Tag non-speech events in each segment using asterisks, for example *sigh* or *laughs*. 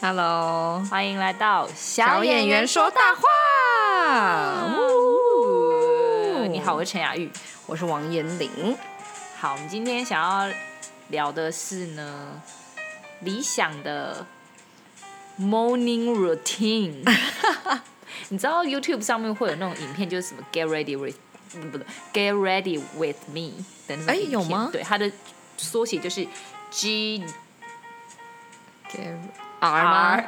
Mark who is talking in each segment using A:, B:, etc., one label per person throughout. A: Hello，
B: 欢迎来到
A: 小演员说大话。
B: 哦你好，我是陈雅玉。
A: 我是王彦玲。
B: 好，我们今天想要聊的是呢，理想的 morning routine。你知道 YouTube 上面会有那种影片，就是什么 Get ready with，不是 Get ready with me 的那种
A: 哎
B: 影片
A: 有吗
B: 对，它的缩写就是 G
A: Get- R 吗？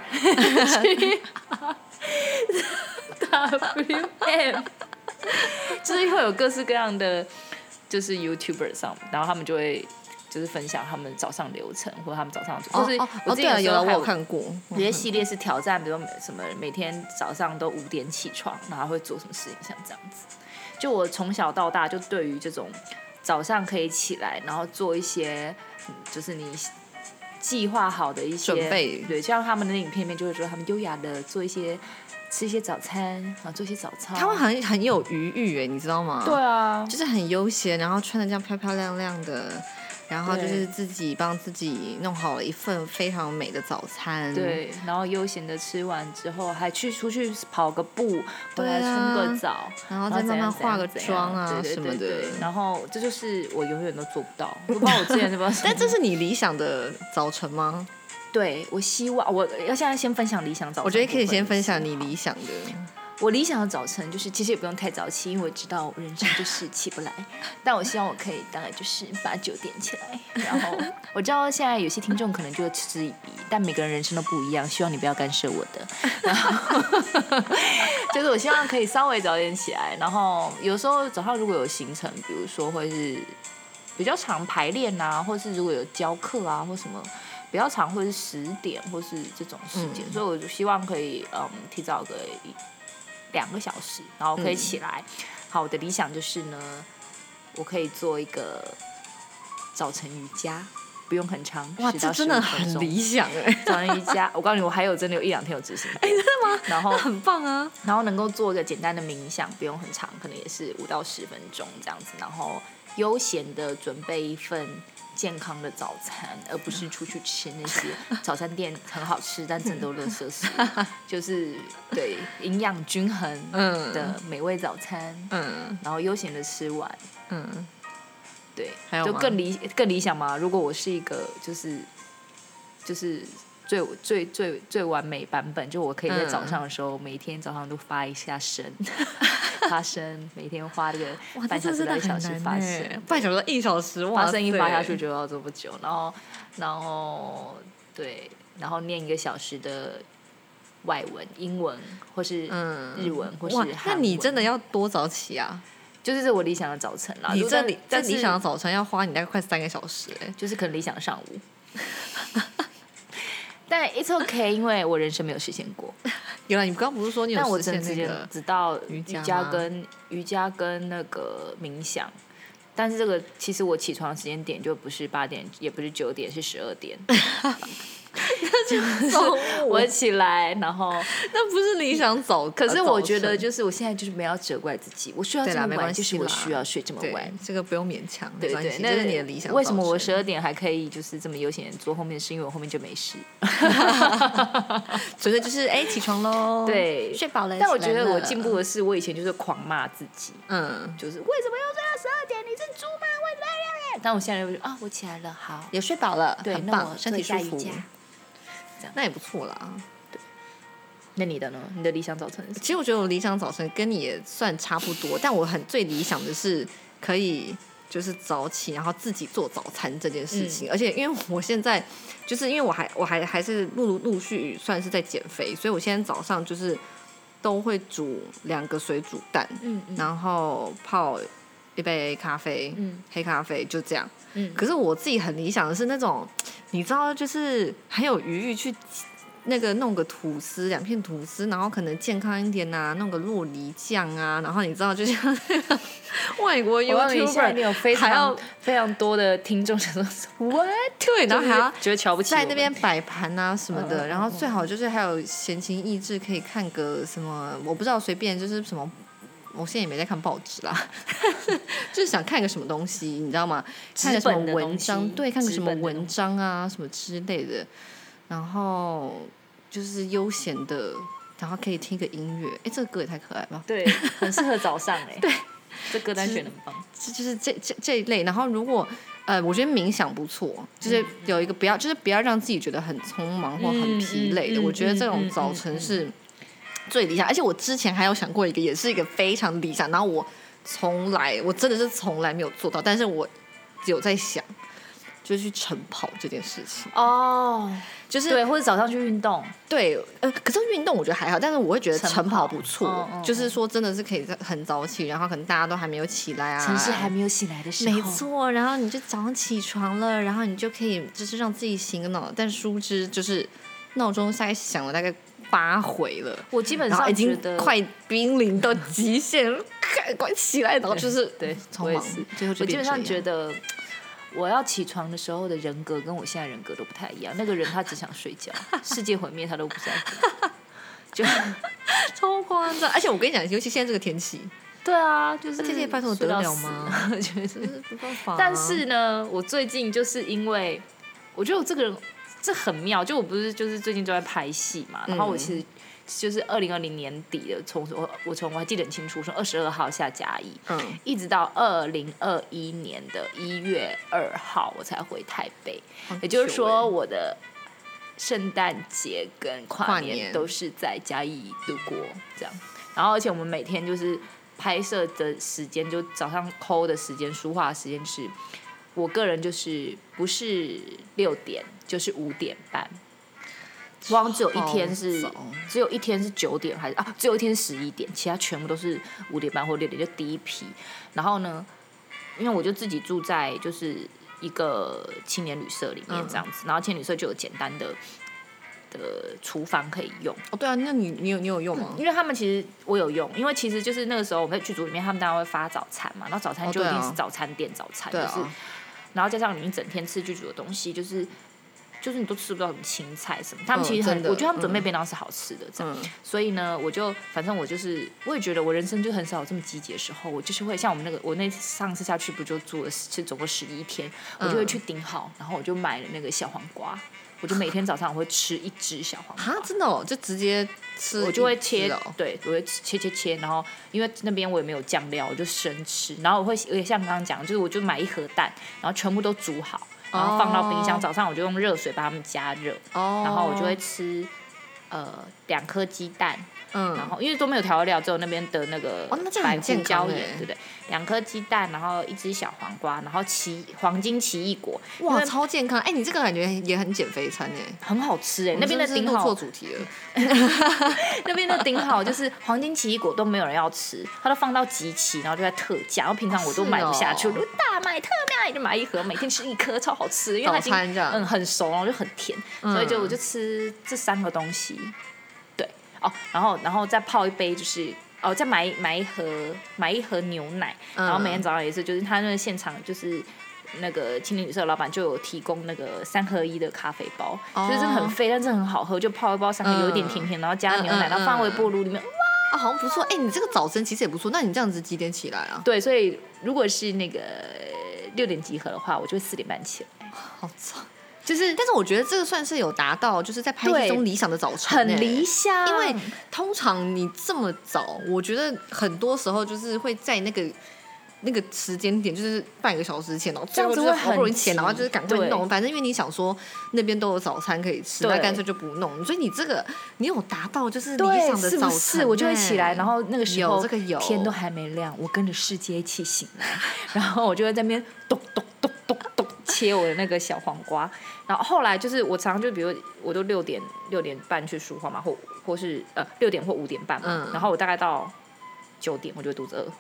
B: W
A: *laughs*
B: M，就是会有各式各样的，就是 YouTuber 上，然后他们就会就是分享他们早上流程或者他们早上做，
A: 哦
B: 就是
A: 哦
B: 我
A: 哦，
B: 自
A: 对
B: 己
A: 啊，有
B: 时
A: 了，
B: 候
A: 我
B: 还
A: 有看过。
B: 有些系列是挑战，比如说什么每天早上都五点起床，然后会做什么事情，像这样子。就我从小到大就对于这种早上可以起来，然后做一些嗯就是你计划好的一些
A: 准备
B: 对，像他们的影片里面就会说他们优雅的做一些吃一些早餐，然后做一些早操。
A: 他们很很有余裕哎，你知道吗？
B: 对，啊，
A: 就是很悠闲，然后穿的这样漂漂亮亮的，然后就是自己帮自己弄好了一份非常美的早餐。，
B: 对，然后悠闲的吃完之后，还去出去跑个步，回来
A: 对啊
B: 冲个澡，
A: 然后再
B: 然后
A: 慢
B: 怎
A: 慢
B: 样
A: 化个
B: 怎样
A: 妆啊
B: 怎
A: 什
B: 样
A: 么
B: 对对对
A: 的，
B: 对。然后这就是我永远都做不到，我不知道我之 *laughs* 前是不是
A: 但这是你理想的早晨吗？
B: 对我希望我要现在先分享理啊想早晨，
A: 我觉得可以先分享你理想的。
B: 我理想的早晨就是，其实也不用太早起，因为我知道我人生就是起不来。 *laughs* 但我希望我可以大概就是八九点起来，然后我知道现在有些听众可能就会嗤之以鼻，但每个人人生都不一样，希望你不要干涉我的。然后就是我希望可以稍微早点起来，然后有时候早上如果有行程，比如说会是比较常排练啊，或是如果有教课啊或什么。比较常会是十点或是这种时间，所以我就希望可以嗯提早个一两个小时，然后可以起来。好，我的理想就是呢，我可以做一个早晨瑜伽，不用很长，
A: 哇，
B: 10
A: 这
B: 到
A: 真的
B: 15分
A: 很
B: 钟
A: 理想哎，
B: 早晨瑜伽，我告诉你，我还有真的有一两天有执行过，真的吗？然后
A: 很棒啊！
B: 然后能够做一个简单的冥想，不用很长，可能也是五到十分钟这样子，然后悠闲的准备一份。健康的早餐，而不是出去吃那些早餐店很好吃，但真的都垃圾食物，
A: *laughs*
B: 就是对营养均衡
A: 嗯
B: 的美味早餐，
A: 嗯
B: 然后悠闲的吃完，
A: 嗯，
B: 对，
A: 还有
B: 就
A: 吗
B: 更理更理想嘛。如果我是一个就是就是最最最最完美版本，就我可以在
A: 嗯
B: 早上的时候，每天早上都发一
A: *laughs*
B: 下声，发声，每天花这个
A: 哇，
B: 半
A: 这
B: 小时
A: 真
B: 到
A: 的
B: 一小
A: 很
B: 时
A: 难
B: 发
A: 哎
B: 声，，
A: 半小时到一小时，哇
B: 发
A: 塞，
B: 声一发下去就要做不久，然后然后对，然后念一个小时的外文、英文或是
A: 嗯
B: 日文、或是
A: 哇，那
B: 韩
A: 你
B: 文
A: 真的要多早起啊？
B: 就是我理想的早晨啦。
A: 你
B: 就
A: 这
B: 啊但
A: 里这
B: 但
A: 理
B: 是
A: 想的早晨要花你大概快三个小时哎，
B: 就是可能理想上 *laughs* 午。但 it's okay，因为我人生没有实现 *laughs* 过。
A: 原来你刚刚不是说你
B: 但我
A: 有实
B: 真的
A: 现
B: 之
A: 那
B: 前
A: 个
B: 只到
A: 瑜
B: 瑜
A: 伽
B: 伽
A: 吗
B: 跟瑜伽跟那个冥想，但是这个其实我起床的时间点就不是八点，也不是九点，是十二 *laughs* 点。
A: 中午
B: *laughs* 我起来，然后
A: *laughs*
B: 呃
A: 那不是理想
B: *laughs*
A: 早，
B: 可是我觉得
A: 早晨
B: 就是我现在就是没有要责怪自己，我需要
A: 对
B: 这
A: 啦没
B: 么
A: 关
B: 晚，
A: 系
B: 就是我
A: 啦
B: 需要睡这么晚
A: 对。这个不用勉强，没
B: 对
A: 关
B: 对
A: 系，，
B: 那
A: 这是你的理想。
B: 为什么我十？二点还可以就是这么悠闲地做？后面是因为我后面就没事。
A: 哦纯粹就是哎起床喽，
B: 对
A: 睡饱了。
B: 但我
A: 起
B: 觉
A: 来
B: 得
A: 了
B: 我进步，的是，我以前就是狂骂自己，
A: 嗯，
B: 就是为什么要睡到十二点？你是猪吗？为什么要？但我现在就觉得啊，我起来了，好，
A: 也睡饱了，
B: 对
A: 很
B: 那
A: 棒，
B: 我
A: 身
B: 做
A: 体
B: 一
A: 舒
B: 下
A: 服
B: 瑜伽，
A: 那也不错啦。
B: 那你的呢？你的理想早晨是什么？
A: 其实我觉得我理想早晨跟你也算差不多，但我很最理想的是可以就是早起，然后自己做早餐这件事情。而且因为我现在就是因为我还我还还是陆陆续算是在减肥，所以我现在早上就是都会煮两个水煮蛋，
B: 嗯嗯
A: 然后泡一杯咖啡，
B: 嗯
A: 黑咖啡就这样。
B: 嗯
A: 可是我自己很理想的是那种，你知道，就是很有余裕去那个弄个吐司，两片吐司，然后可能健康一点呐、弄个洛梨酱啊，然后你知道，就像那个外国
B: 我告诉你，现在
A: YouTuber
B: 你有非
A: 还要
B: 常非常多的听众想说 what， *laughs*
A: 对，然后还要
B: 觉得瞧不起
A: 在那
B: 我们
A: 边摆盘啊什么
B: 嗯
A: 的，
B: 嗯嗯
A: 然后最好就是还有闲情逸致可以看个什么，我不知道随便就是什么，我现在也没在看报纸啦， *laughs* 就是想看个什么东西，你知道吗？看个什
B: 纸本
A: 么
B: 的
A: 文
B: 东
A: 章，
B: 西
A: 对，看个
B: 纸
A: 什么
B: 本的东西
A: 文章啊什么之类的，然后就是悠闲的，然后可以听个音乐，哎，这个歌也太可爱吧？
B: 对，很适合早上哎、 *laughs* 对，这歌单选的很棒。
A: 这就是这这这一类。然后如果呃，我觉得冥想不错，就是有一个不要，就是不要让自己觉得很匆忙或很疲累的。
B: 嗯嗯
A: 我觉得这
B: 嗯嗯
A: 种
B: 嗯
A: 早
B: 嗯
A: 晨
B: 嗯
A: 是最理想，而且我之前还有想过一个，也是一个非常理想，然后我从来我真的是从来没有做到，但是我有在想，就是去晨跑这件事情，
B: 哦，
A: 就是
B: 对，或者早上去运动，
A: 对，呃，可是运动我觉得还好，但是我会觉得
B: 晨
A: 晨
B: 跑
A: 跑不错，
B: 嗯嗯
A: 就是说真的是可以在很早起，然后可能大家都还没有起来啊，
B: 城市还没有醒来的时候，
A: 没，错，然后你就早上起床了，然后你就可以就是让自己醒个脑，但殊不知就是闹钟大概响了大概八回了。
B: 我基本
A: 然后已
B: 上觉
A: 经
B: 得
A: 快濒临到极限，快快起来！然后就是
B: 对
A: 匆
B: 我也
A: 忙
B: 是，
A: 最后
B: 我基本上觉
A: 得
B: 得，我要起床的时候的人格跟我现在人格都不太一样。那个人他只想睡觉，世界毁灭他都不在乎。就
A: 超夸哦张。而且我跟你讲，尤其现在这个天气，
B: *laughs* 对啊，就是
A: 这些拜托
B: 睡到
A: 得 *laughs* 了
B: 死
A: 吗？
B: 我觉得，
A: 真是没办法啊。
B: 但是呢，我最近就是因为我觉得我这个人这很妙，就我不是就是最近都在拍戏嘛，然后我其实。就是二零二零年底的，从我我从我还记得很清楚，从二十二号下甲乙，
A: 嗯，
B: 一直到二零二一年的一月二号，我才回台北。
A: 好
B: 也就是
A: 久
B: 说，
A: 欸，
B: 我的圣诞节跟跨
A: 跨
B: 年
A: 年
B: 都是在嘉义度过，这样。然后，而且我们每天就是拍摄的时间，就早上抠的时间、书画的时间是，我个人就是不是六点就是五点半。光只有一天是
A: 超早，
B: 只有一天是九点还是啊？只有一天是十一点，其他全部都是五点半或六点，就第一批。然后呢，因为我就自己住在就是一个青年旅社里面
A: 嗯
B: 这样子，然后青年旅社就有简单的的厨房可以用，
A: 哦对啊，那你你有你有用吗？
B: 因为他们其实我有用，因为其实就是那个时候我们在剧组里面，他们当然会发早餐嘛，然后早餐
A: 哦
B: 就一
A: 对啊
B: 定是早餐店早餐，
A: 对
B: 就是
A: 啊，
B: 然后加上你一整天吃剧组的东西，就是就是你都吃不到什么青菜什么，他
A: 嗯
B: 们其实很，
A: 真的
B: 我觉得他们准备
A: 嗯
B: 便当是好吃的，这样。
A: 嗯，
B: 所以呢，我就反正我就是，我也觉得我人生就很少有这么积极的时候。我就是会像我们那个，我那次上次下去不就住了十，就总共十一天，我
A: 嗯
B: 就会去顶好，然后我就买了那个小黄瓜，我就每天早上我会吃一只小黄
A: 啊
B: 瓜，。
A: 真的哦，就直接吃一只哦，
B: 我就会切，对，我会切切切，然后因为那边我也没有酱料，我就生吃。然后我会，我也像刚刚讲，就是我就买一盒蛋，然后全部都煮好，然后放到冰箱。
A: 哦
B: 早上我就用热水把它们加热，
A: 哦，
B: 然后我就会吃呃两颗鸡蛋，
A: 嗯，
B: 然后因为都没有调料，只有那边的那个
A: 哦那这样
B: 白
A: 很健
B: 胡椒
A: 康
B: 盐，
A: 欸
B: 对不对？两颗鸡蛋，然后一只小黄瓜，然后奇黄金奇异果，因
A: 哇，
B: 为
A: 超健康！哎、你这个感觉也很减肥餐哎、
B: 很好吃哎、
A: 我
B: 那
A: 们
B: 边的
A: 是不是
B: 顶
A: 录错
B: 好，
A: 主题了，
B: 那边的顶好就是黄金奇异果都没有人要吃，它都放到集齐，然后就在特价，然后平常我都
A: 是
B: 买不下去，
A: 哦
B: 我就大买特买，就买一盒，每天吃一颗，超好吃，因为它已
A: 早餐
B: 经
A: 这样
B: 嗯很熟，然后就很甜，所以就
A: 嗯
B: 我就吃这三个东西，对哦，然后然后再泡一杯就是。哦，再买买一盒买一盒牛奶，
A: 嗯
B: *laughs* 然后每天早上也是，就是他那个现场就是那个青年旅社的老板就有提供那个三合一的咖啡包，
A: 哦
B: 就是真的很费，但是很好喝，就泡一包三合一，
A: 嗯
B: 有一点甜甜，然后加牛
A: 嗯
B: 奶，
A: 嗯
B: 然后放微波炉里面。哇
A: 啊，好像不错。哎、你这个早晨其实也不错。那你这样子几点起来啊？
B: 对，所以如果是那个六点集合的话，我就四点半起来，
A: 好早。
B: 就是
A: 但是我觉得这个算是有达到，就是在拍
B: 对
A: 戏中理想的早晨、
B: 很
A: 哎
B: 理想，
A: 因为通常你这么早，我觉得很多时候就是会在那个那个时间点，就是半个小时前，然后
B: 这样子
A: 最后就
B: 会
A: 是
B: 很
A: 好不容易前，
B: 急
A: 然后就是赶快
B: 对
A: 弄。反正因为你想说那边都有早餐可以吃，那
B: 对
A: 干脆就不弄。所以你这个你有达到就是理
B: 对，
A: 想的
B: 是
A: 早
B: 不
A: 晨、
B: 是？我就会起来，
A: 哎
B: 然后那个时候
A: 有这个有
B: 天都还没亮，我跟着世界一起醒
A: *laughs*
B: 来，然后我就会在那边咚咚咚咚咚切我的那个小黄瓜。然后后来就是我常常就比如我都六点六点半去梳化嘛，或或是呃六点或五点半嘛，
A: 嗯
B: 然后我大概到。九点我就肚子饿，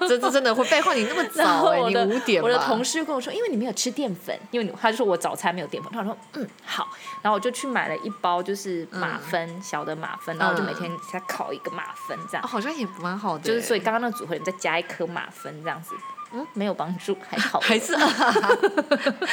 A: 这这真的会废话，你那么
B: *laughs* 然
A: 早
B: 后
A: 哎、
B: 我
A: 你
B: 的
A: 五点
B: 我的
A: 吧
B: 同事跟我说，因为你没有吃淀粉，因为你他就说我早餐没有淀粉，他说嗯好，然后我就去买了一包就是马
A: 嗯
B: 芬、小的马芬，然后我就每
A: 嗯
B: 天再烤一个马芬这样
A: 哦，，好像也蛮好的耶，欸
B: 就是所以刚刚那个组合你再加一颗马芬这样子，嗯，没有帮助，还好
A: 还
B: *laughs*
A: 是、啊、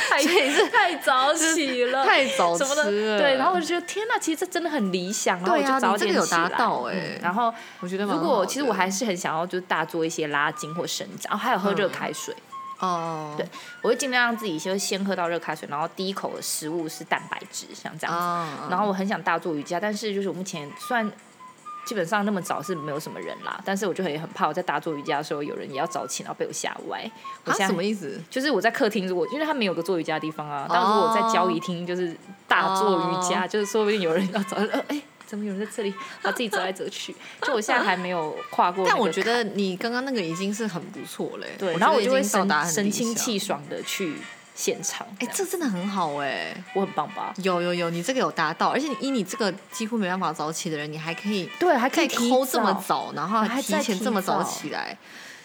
B: 太是太早起了，
A: 太早
B: 什
A: 吃
B: 么的，
A: 了，
B: 对，然后我就觉得天哪，其实这真的很理想，然后我
A: 对
B: 就
A: 啊
B: 早
A: 你这
B: 点
A: 个
B: 起来，
A: 有达到
B: 嗯
A: 欸
B: 然后
A: 我觉得蛮
B: 如
A: 好的
B: 哦嗯果其实我还是很想要就是大做一些拉筋或伸展，然后还有喝热开水，
A: 哦，
B: 对我会尽量让自己就先喝到热开水，然后第一口的食物是蛋白质，像这样子。
A: 哦，
B: 然后我很想大做瑜伽，但是就是我目前虽然基本上那么早是没有什么人啦，但是我就也很怕我在大做瑜伽的时候有人也要早起，然后被我吓歪。我
A: 啊
B: 现
A: 什
B: 在
A: 么意思？
B: 就是我在客厅，如果因为他们有个做瑜伽的地方啊，
A: 哦
B: 但如果我在交易厅就是大做瑜伽，就是说不定有人要早上呃哎。怎么有人在这里把自己折来折去？就我现在还没有跨过那个
A: *laughs*
B: 坎。
A: 但我觉得你刚刚那个已经是很不错嘞，
B: 对，
A: 我
B: 然后我
A: 觉
B: 就
A: 得
B: 会
A: 已经到
B: 神
A: 达很
B: 神
A: 理
B: 清
A: 想
B: 气，爽的去现场。
A: 哎，
B: 样
A: 这真的很好哎，
B: 我很棒吧？
A: 有有有，你这个有达到，而且你以你这个几乎没办法早起的人，你还可以
B: 对，还可
A: 再
B: 以提
A: 抠这么
B: 早，
A: 早，然后
B: 还
A: 提
B: 再
A: 前
B: 提
A: 这么早
B: 早
A: 起来，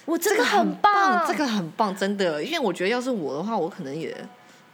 B: 我这个很
A: 很
B: 棒，
A: 这个很棒，真的。因为我觉得要是我的话，我可能也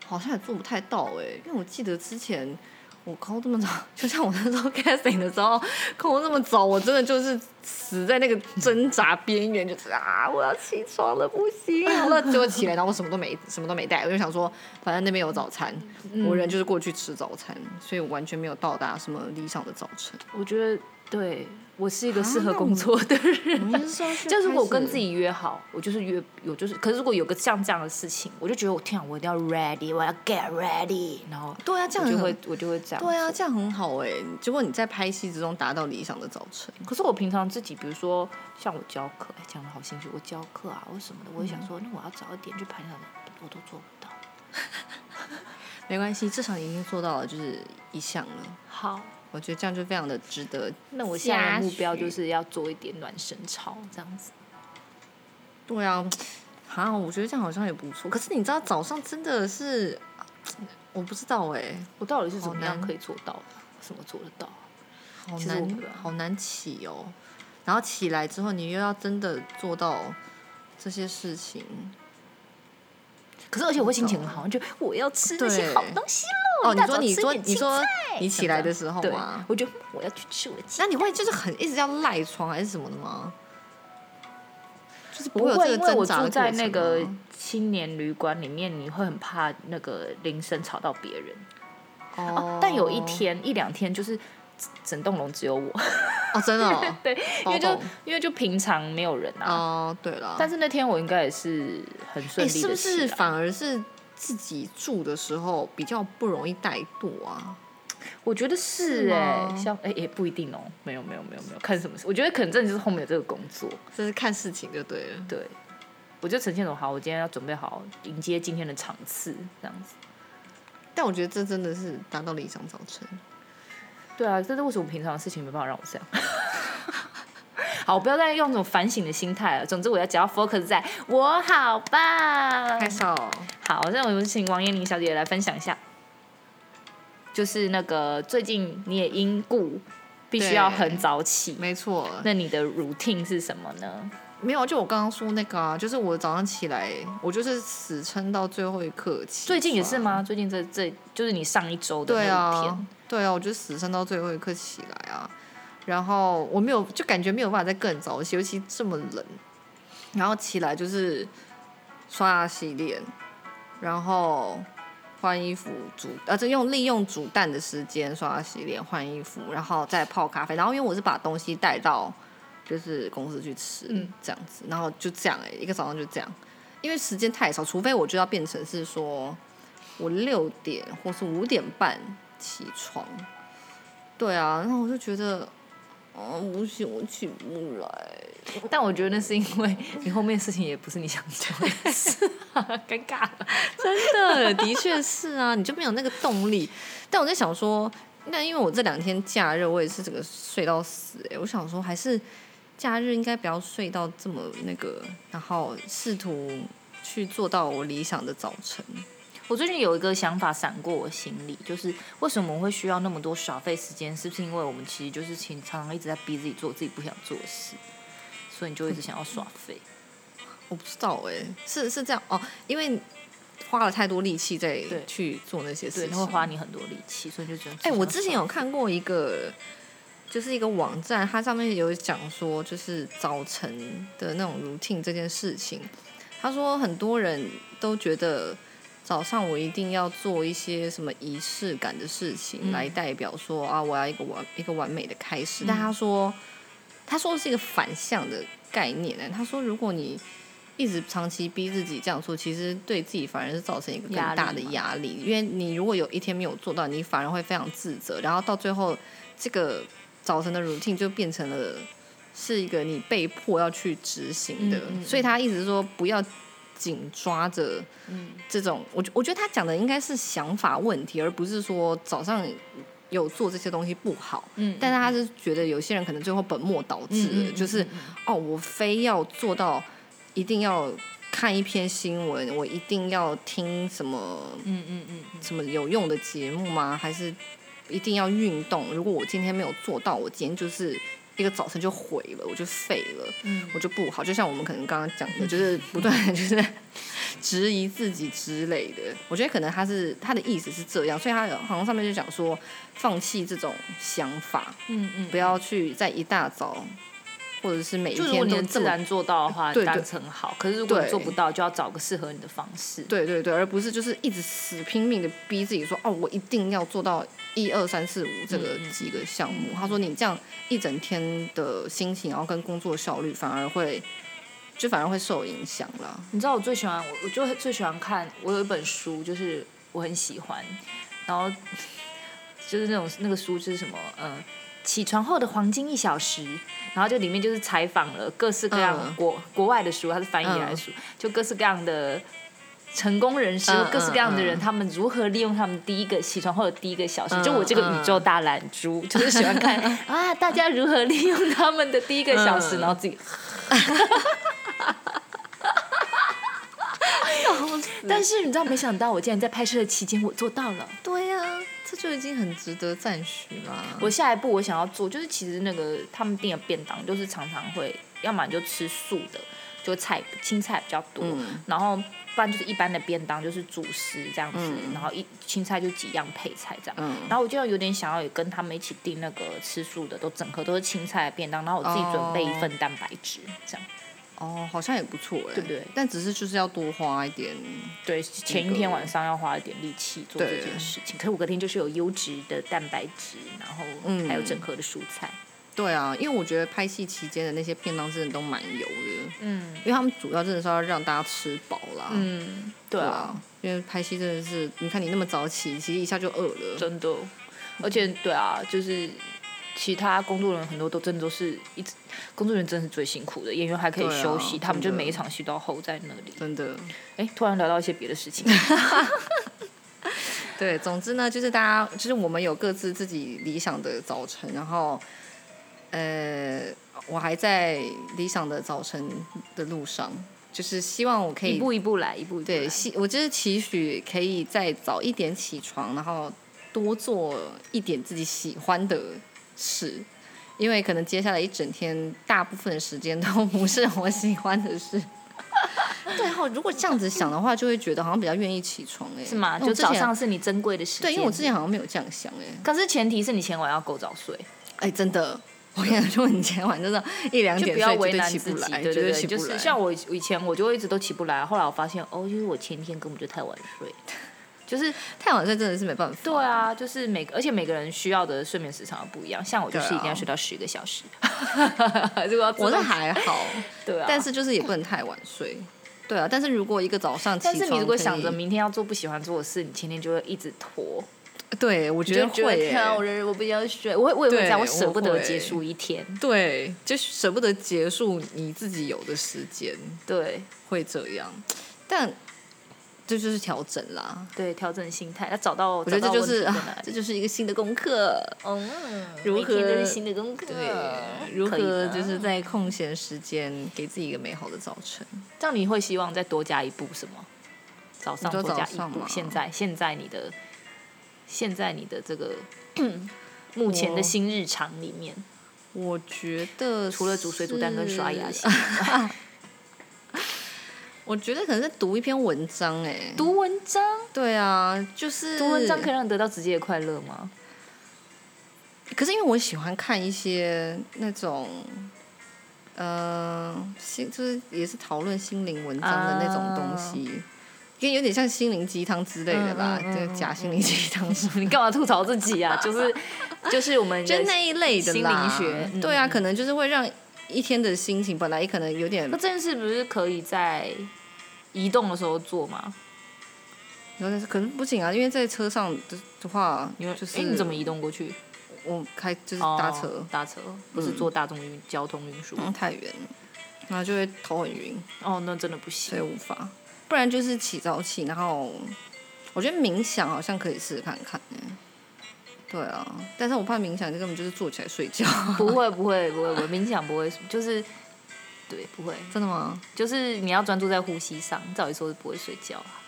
A: 好像也做不太到哎、因为我记得之前我抠这么早，就像我那时候 *laughs* casting 的时候抠这么早，我真的就是死在那个挣扎边缘，就是啊，我要起床了，不行了，结果起来，然后我什么都没什么都没带，我就想说，反正那边有早餐，
B: 嗯
A: 我人就是过去吃早餐，所以我完全没有到达什么理想的早晨。
B: 我觉得对我是一个
A: 啊
B: 适合
A: 那
B: 工
A: 我
B: 作的 *laughs* 人。
A: 你 *laughs* 是说，
B: 嗯就如果我跟自己约好，我就是约有就是，可是如果有个像这样的事情，我就觉得我天啊，我一定要 ready，我要 get ready，然后
A: 对啊，这
B: 我
A: 样
B: 就
A: 很
B: 会我就会这样。
A: 对啊，这样很好哎、结果你在拍戏之中达到理想的早晨，
B: 可是我平常自己，比如说像我教课，哎，讲的好心虚，我教课啊或什么的，我也想说，那我要早一点去排那个，我都做不到。
A: 没关系，至少你已经做到了，就是一项了。
B: 好，
A: 我觉得这样就非常的值得。
B: 那我现在的目标
A: 嘉许
B: 就是要做一点暖身操，这样子。
A: 对啊，啊，我觉得这样好像也不错。可是你知道早上真的是，我不知道哎、
B: 我到底是怎
A: 好
B: 么样
A: 难
B: 可以做到的？什么做得到？
A: 好
B: 其实我
A: 难
B: 不知道
A: 好难起哦。然后起来之后，你又要真的做到这些事情，
B: 可是而且我会心情很好，就我要吃那些
A: 对
B: 好东西喽。
A: 哦，
B: 一
A: 你
B: 大
A: 说
B: 早
A: 你
B: 吃
A: 说
B: 点
A: 你
B: 青
A: 说
B: 菜
A: 你起来的时候
B: 对
A: 吗，？
B: 我就我要去吃我的青
A: 那你会就是很一直要赖床还是什么的吗？就是不
B: 不
A: 会有这
B: 会，因
A: 个
B: 为
A: 挣
B: 我
A: 扎的
B: 住
A: 过
B: 在那
A: 程
B: 个
A: 吗
B: 青年旅馆里面，你会很怕那个铃声吵到别人。啊
A: 哦
B: 但有一天一两天，就是整栋楼只有我，
A: 哦，真的哦
B: *laughs* 对，因为就
A: 包栋
B: 因为就平常没有人啊。
A: 哦，对了，
B: 但是那天我应该也是很顺
A: 哎，
B: 利的、
A: 是不是反而是自己住的时候比较不容易怠惰啊？
B: 我觉得是
A: 是
B: 哎、
A: 吗
B: 像哎、也不一定哦、没有没有没有没有，看什么事？我觉得可能真的就是后面有这个工作，
A: 这是看事情就对了。
B: 对，我就呈现种好，我今天要准备好迎接今天的场次，这样子。
A: 但我觉得这真的是达到理想早晨。
B: 对啊，但是为什么平常的事情没办法让我这样？ *laughs* 好，我不要再用这种反省的心态了。总之，我要只要 focus 在我好棒。
A: 少
B: 好，那我们请王彦玲小姐来分享一下，就是那个最近你也因故必须要很早起，
A: 没错，
B: 那你的 routine 是什么呢？
A: 没有，就我刚刚说那个啊，就是我早上起来，我就是死撑到最后一刻起。
B: 最近也是？吗？最近这这就是你上一周的
A: 对
B: 那五天，
A: 啊，对啊，我就死撑到最后一刻起来啊。然后我没有，就感觉没有办法再更早起，尤其这么冷。然后起来就是刷牙、洗脸，然后换衣服、煮，呃，就用利用煮蛋的时间刷牙、洗脸、换衣服，然后再泡咖啡。然后因为我是把东西带到就是公司去吃，
B: 嗯
A: 这样子，然后就这样、欸，一个早上就这样，因为时间太少，除非我就要变成是说我六点或是五点半起床。对啊，然后我就觉得，哦，不行，我起不来。 *laughs*
B: 但我觉得那是因为 *laughs* 你后面事情也不是你想做的事，啊 *laughs* 尴尬了。
A: 真的，的确是啊，你就没有那个动力。但我在想说，那因为我这两天假日，我也是这个睡到死、欸。我想说，还是假日应该不要睡到这么那个，然后试图去做到我理想的早晨。
B: 我最近有一个想法闪过我心里，就是为什么我会需要那么多耍废时间？是不是因为我们其实就是常常一直在逼自己做自己不想做的事，所以你就一直想要耍废？
A: 我不知道哎、是是这样哦，因为花了太多力气在
B: 对
A: 去做那些
B: 对，
A: 事
B: 它会
A: 情。
B: 花你很多力气，所以你就只能
A: 哎、我之前有看过一个，就是一个网站，它上面有讲说，就是早晨的那种 routine 这件事情。他说很多人都觉得早上我一定要做一些什么仪式感的事情，
B: 嗯
A: 来代表说啊，我要一个完一个完美的开始。
B: 嗯
A: 但他说，他说的是一个反向的概念呢。他说，如果你一直长期逼自己这样做，其实对自己反而是造成一个更
B: 压力
A: 大的
B: 嘛
A: 压力。因为你如果有一天没有做到，你反而会非常自责，然后到最后这个早晨的 routine 就变成了是一个你被迫要去执行的。
B: 嗯嗯嗯
A: 所以他一直说不要紧抓着
B: 嗯
A: 这种，我觉我觉得他讲的应该是想法问题，而不是说早上有做这些东西不好。
B: 嗯
A: 但是他是觉得有些人可能最后本末倒置了，就是哦，我非要做到一定要看一篇新闻，我一定要听什么
B: 嗯嗯嗯嗯
A: 什么有用的节目吗？还是一定要运动？如果我今天没有做到，我今天就是一个早晨就毁了，我就废了，
B: 嗯
A: 我就不好。就像我们可能刚刚讲的，就是不断的就是质疑自己之类的。我觉得可能他是他的意思是这样，所以他好像上面就讲说放弃这种想法，
B: 嗯嗯，
A: 不要去在一大早。或者是每一
B: 就如果
A: 天
B: 你
A: 都
B: 能
A: 这
B: 自
A: 么
B: 然做到的话，
A: 对对
B: 当然很好。可是如果你
A: 对
B: 做不到，就要找个适合你的方式。
A: 对对对，而不是就是一直死拼命的逼自己说，哦，我一定要做到一二三四五这个
B: 嗯嗯
A: 几个项目。他说你这样一整天的心情，然后跟工作效率反而会，就反而会受影响啦。
B: 你知道我最喜欢我，我就最喜欢看，我有一本书，就是我很喜欢，然后 *laughs* 就是那种那个书就是什么，呃，起床后的黄金一小时，然后就里面就是采访了各式各样
A: 嗯
B: 国、国外的书，它是翻译来的
A: 嗯
B: 书，就各式各样的。成功人士，
A: 嗯
B: 各式各样的人，
A: 嗯嗯
B: 他们如何利用他们第一个起床后的第一个小时？
A: 嗯
B: 就我这个
A: 嗯
B: 宇宙大懒猪，就是喜欢
A: *laughs*
B: 看啊，大家如何利用他们的第一个小时，
A: 嗯
B: 然后自 *laughs* 己但是你知道，没想到我竟然在拍摄的期间我做到了。
A: 对呀、这就已经很值得赞许啦。
B: 我下一步我想要做，就是其实那个他们订的便当，就是常常会，要么你就吃素的，就菜青菜比较多，
A: 嗯
B: 然后不然就是一般的便当，就是主食这样子，
A: 嗯
B: 然后一青菜就几样配菜这样。
A: 嗯
B: 然后我就有点想要也跟他们一起订那个吃素的，都整盒都是青菜的便当，然后我自己准备一份蛋白质，这样
A: 哦，好像也不错哎、
B: 对不对
A: 但只是就是要多花一点，
B: 对。前一天晚上要花一点力气做这件事情，可是我隔天就是有优质的蛋白质，然后
A: 嗯
B: 还有整盒的蔬菜，
A: 对啊，因为我觉得拍戏期间的那些便当真的都蛮油的，
B: 嗯。
A: 因为他们主要真的是要让大家吃饱啦。
B: 嗯，对
A: 对
B: 啊
A: 啊，，因为拍戏真的是，你看你那么早起，其实一下就饿了。
B: 真的，而且对啊，就是其他工作人员很多都真的都是一直，工作人员真的是最辛苦的，演员还可以
A: 对啊
B: 休息，他们就
A: 真的
B: 每一场戏都要 hold 在那里。
A: 真的，
B: 哎，突然聊到一些别的事
A: *laughs*
B: 情，
A: 对，总之呢，就是大家，就是我们有各自自己理想的早晨，然后，呃，我还在理想的早晨的路上，就是希望我可
B: 一
A: 以
B: 步一步来，一步一步
A: 对，
B: 来。
A: 希我就是期许可以再早一点起床，然后多做一点自己喜欢的事，因为可能接下来一整天大部分的时间都不是我喜欢的事。对哈、如果这样子想的话，就会觉得好像比较愿意起床哎、
B: 是吗？
A: 因为
B: 就
A: 我之
B: 早
A: 前
B: 上是你珍贵的时间。
A: 对，因为我之前好像没有这样想哎、
B: 可是前提是你前晚要够早睡，
A: 哎、真的。我跟你说，你前晚真的，一两
B: 就
A: 点
B: 不要
A: 睡
B: 为
A: 绝
B: 难
A: 对起
B: 自
A: 不
B: 己。
A: 来，
B: 对
A: 绝
B: 对
A: 对起
B: 对，就
A: 不
B: 是
A: 来。
B: 像我以前我就一直都起不来，后来我发现哦，就是我前天根本就太晚睡，就是
A: 太晚睡真的是没办法。
B: 对啊，就是每个，而且每个人需要的睡眠时长不一样。像我就是
A: 对啊
B: 一定要睡到十个小时， *laughs* 如果要自动
A: 我是还好，
B: 对啊，
A: 但是就是也不能太晚睡。对啊，但是如果一个早上起
B: 但
A: 床可以，
B: 是你如果想着明天要做不喜欢做的事，你前天就会一直拖，
A: 对我觉得
B: 就觉
A: 会
B: 得
A: 耶、
B: 看我人我不想睡，我会我也会这样，
A: 对
B: 我舍不得
A: 我会
B: 结束一天，
A: 对，就舍不得结束你自己有的时间，
B: 对
A: 会这样。但这就是调整啦，
B: 对，调整心态，要找到
A: 我觉得这就是、
B: 找到问题在
A: 啊
B: 哪
A: 这
B: 里
A: 就是一个新的功课，
B: 嗯，
A: *laughs* 如何
B: 每天都是新的功课，
A: 对，如
B: 可以
A: 何
B: 的
A: 就是在空闲时间给自己一个美好的早晨。
B: 这样，你会希望再多加一步什么？早上
A: 你说
B: 多加一
A: 早上
B: 步
A: 吗，
B: 现在现在你的现在你的
A: *coughs*
B: 这个目前的
A: 我
B: 新日常里面，
A: 我觉得
B: 除了煮水煮蛋跟刷牙
A: 是
B: 洗脸
A: 我觉得可能在读一篇文章、哎，
B: 读文章，
A: 对啊，就是
B: 读文章可以让你得到直接的快乐吗？ *laughs*
A: 可是因为我喜欢看一些那种，呃，心就是也是讨论心灵文章的那种东西，因为有点像心灵鸡汤之类的啦，
B: 嗯嗯嗯
A: 就是假心灵鸡汤书，
B: 你干嘛吐
A: *laughs*
B: 槽自己啊？就是就是我们
A: 就
B: 人
A: 那一类的啦。
B: 心灵学嗯
A: 对啊，
B: 嗯
A: 可能就是会让一天的心情本来也可能有点
B: 那，这件事不是可以在移动的时候做吗？
A: 然后可是不行啊，因为在车上的的话
B: 你，们
A: 就是
B: 哎你怎么移动过去？
A: 我开就是搭车，嗯
B: 哦搭车不是坐大众运交通运输
A: 然？后太远了，然后就会头很晕，
B: 哦，那真的不
A: 所
B: 行。
A: 以无法。不然就是起早起，然后我觉得冥想好像可以试试看看、欸。对啊，但是我怕冥想就根本就是坐起来睡觉。 *laughs*
B: *laughs* 不会不会不会，我冥想不会，就是对不会，
A: 真的吗？
B: 就是你要专注在呼吸上，照理说是不会睡觉啊。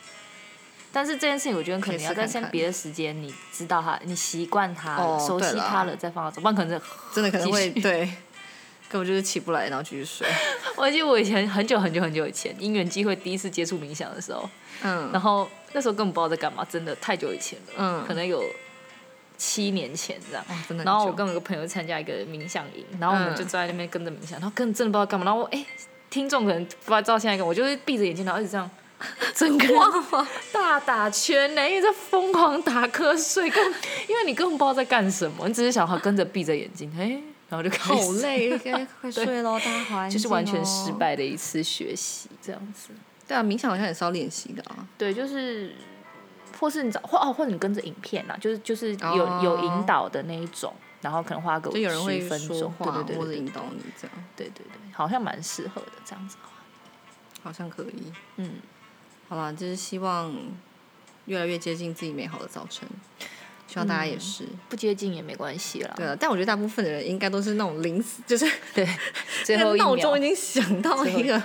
B: 但是这件事情，我觉得可
A: 可以
B: 能要
A: 试
B: 在
A: 看
B: 先
A: 看
B: 别的时间，你知道它，你习惯它了，
A: 哦
B: 熟
A: 对
B: 悉
A: 啦
B: 它了，再放到走，不然
A: *laughs*
B: 可能是。
A: 真的可能会
B: 继续
A: 对，根本就是起不来，然后继续睡。
B: 我记得我以前很久很久很久以前，因缘机会第一次接触冥想的时候，然
A: 嗯，
B: 后那时候根本不知道在干嘛，真的太久以前了，
A: 嗯
B: 可能有七年前这样。
A: 哇真的很久。
B: 然后我跟我一个朋友参加一个冥想营，然后我们
A: 嗯
B: 就坐在那边跟着冥想，然后跟着真的不知道干嘛，然后我哎、听众可能不知道现在干嘛，我就是闭着眼睛，然后一直这 *laughs* 样。整个人大打圈呢、因为在疯狂打瞌睡，跟因为你根本不知道在干什么，你只是想好跟着闭着眼睛，哎、然后就开
A: 好
B: 始， *laughs*
A: 累，该快睡喽，大家好安静哦。
B: 就是完全失败的一次学习，这样子。
A: 对啊，冥想好像也是要练习的啊。
B: 对，就是或是你找或哦，或者你跟着影片啊，就是就是有、
A: 哦
B: 有引导的那一种，然后可能花个
A: 就有人会
B: 10分
A: 说
B: 钟，对
A: 话
B: 对对
A: 或
B: 对
A: 者引
B: 对
A: 导你，这样
B: 对对对，好像蛮适合的这样子。
A: 好像可以。
B: 嗯，
A: 好啦，就是希望越来越接近自己美好的早晨，
B: 嗯
A: 希望大家也是。
B: 不接近也没关系啦。
A: 对啊，但我觉得大部分的人应该都是那种临死，就是
B: 对， *laughs*
A: *laughs*
B: 最
A: 那
B: 后一
A: 个闹
B: 秒
A: 钟已。经响到
B: 最后一
A: 一个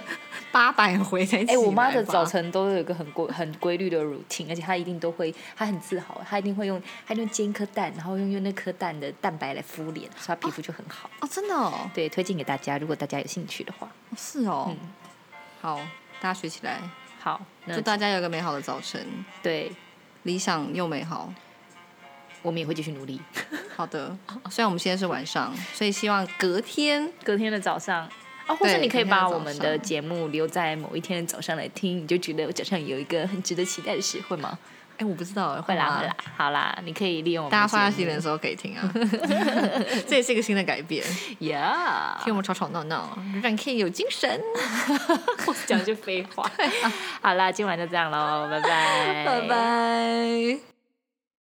A: 八百回才起
B: 哎、我妈
A: 来
B: 的
A: 吧
B: 早晨都有一个很规 *laughs* 很规律的 routine，而且她一定都会，她很自豪，她一定会用，她一定会煎一颗蛋，然后用用那颗蛋的蛋白来敷脸，所以她皮肤就很好。
A: 哦，真的哦，
B: 对，推荐给大家，如果大家有兴趣的话。
A: 是哦，
B: 嗯
A: 好，大家学起来，
B: 好，那
A: 祝大家有个美好的早晨，
B: 对
A: 理想又美好。
B: 我们也会继续努力。
A: 好的，
B: 哦
A: 虽然我们现在是晚上，所以希望隔天
B: 隔天的早上。啊，或者
A: 对
B: 你可以
A: 隔天的
B: 把
A: 早
B: 我们的
A: 上
B: 节目留在某一天的早上来听，你就觉得我早上有一个很值得期待的事，会吗？
A: 哎、我不知道，
B: 会啦，会啦，，好啊啦，你可以利用我们
A: 大家刷牙洗
B: 的
A: 脸的时候可以听啊， *laughs* 这也是一个新的改变，
B: y e
A: *laughs*
B: a
A: 听我们吵吵闹闹，让你可以有精神。
B: *laughs* 我 *laughs* 啊讲一句废话。好啦，今晚就这样喽，拜拜，
A: 拜。拜。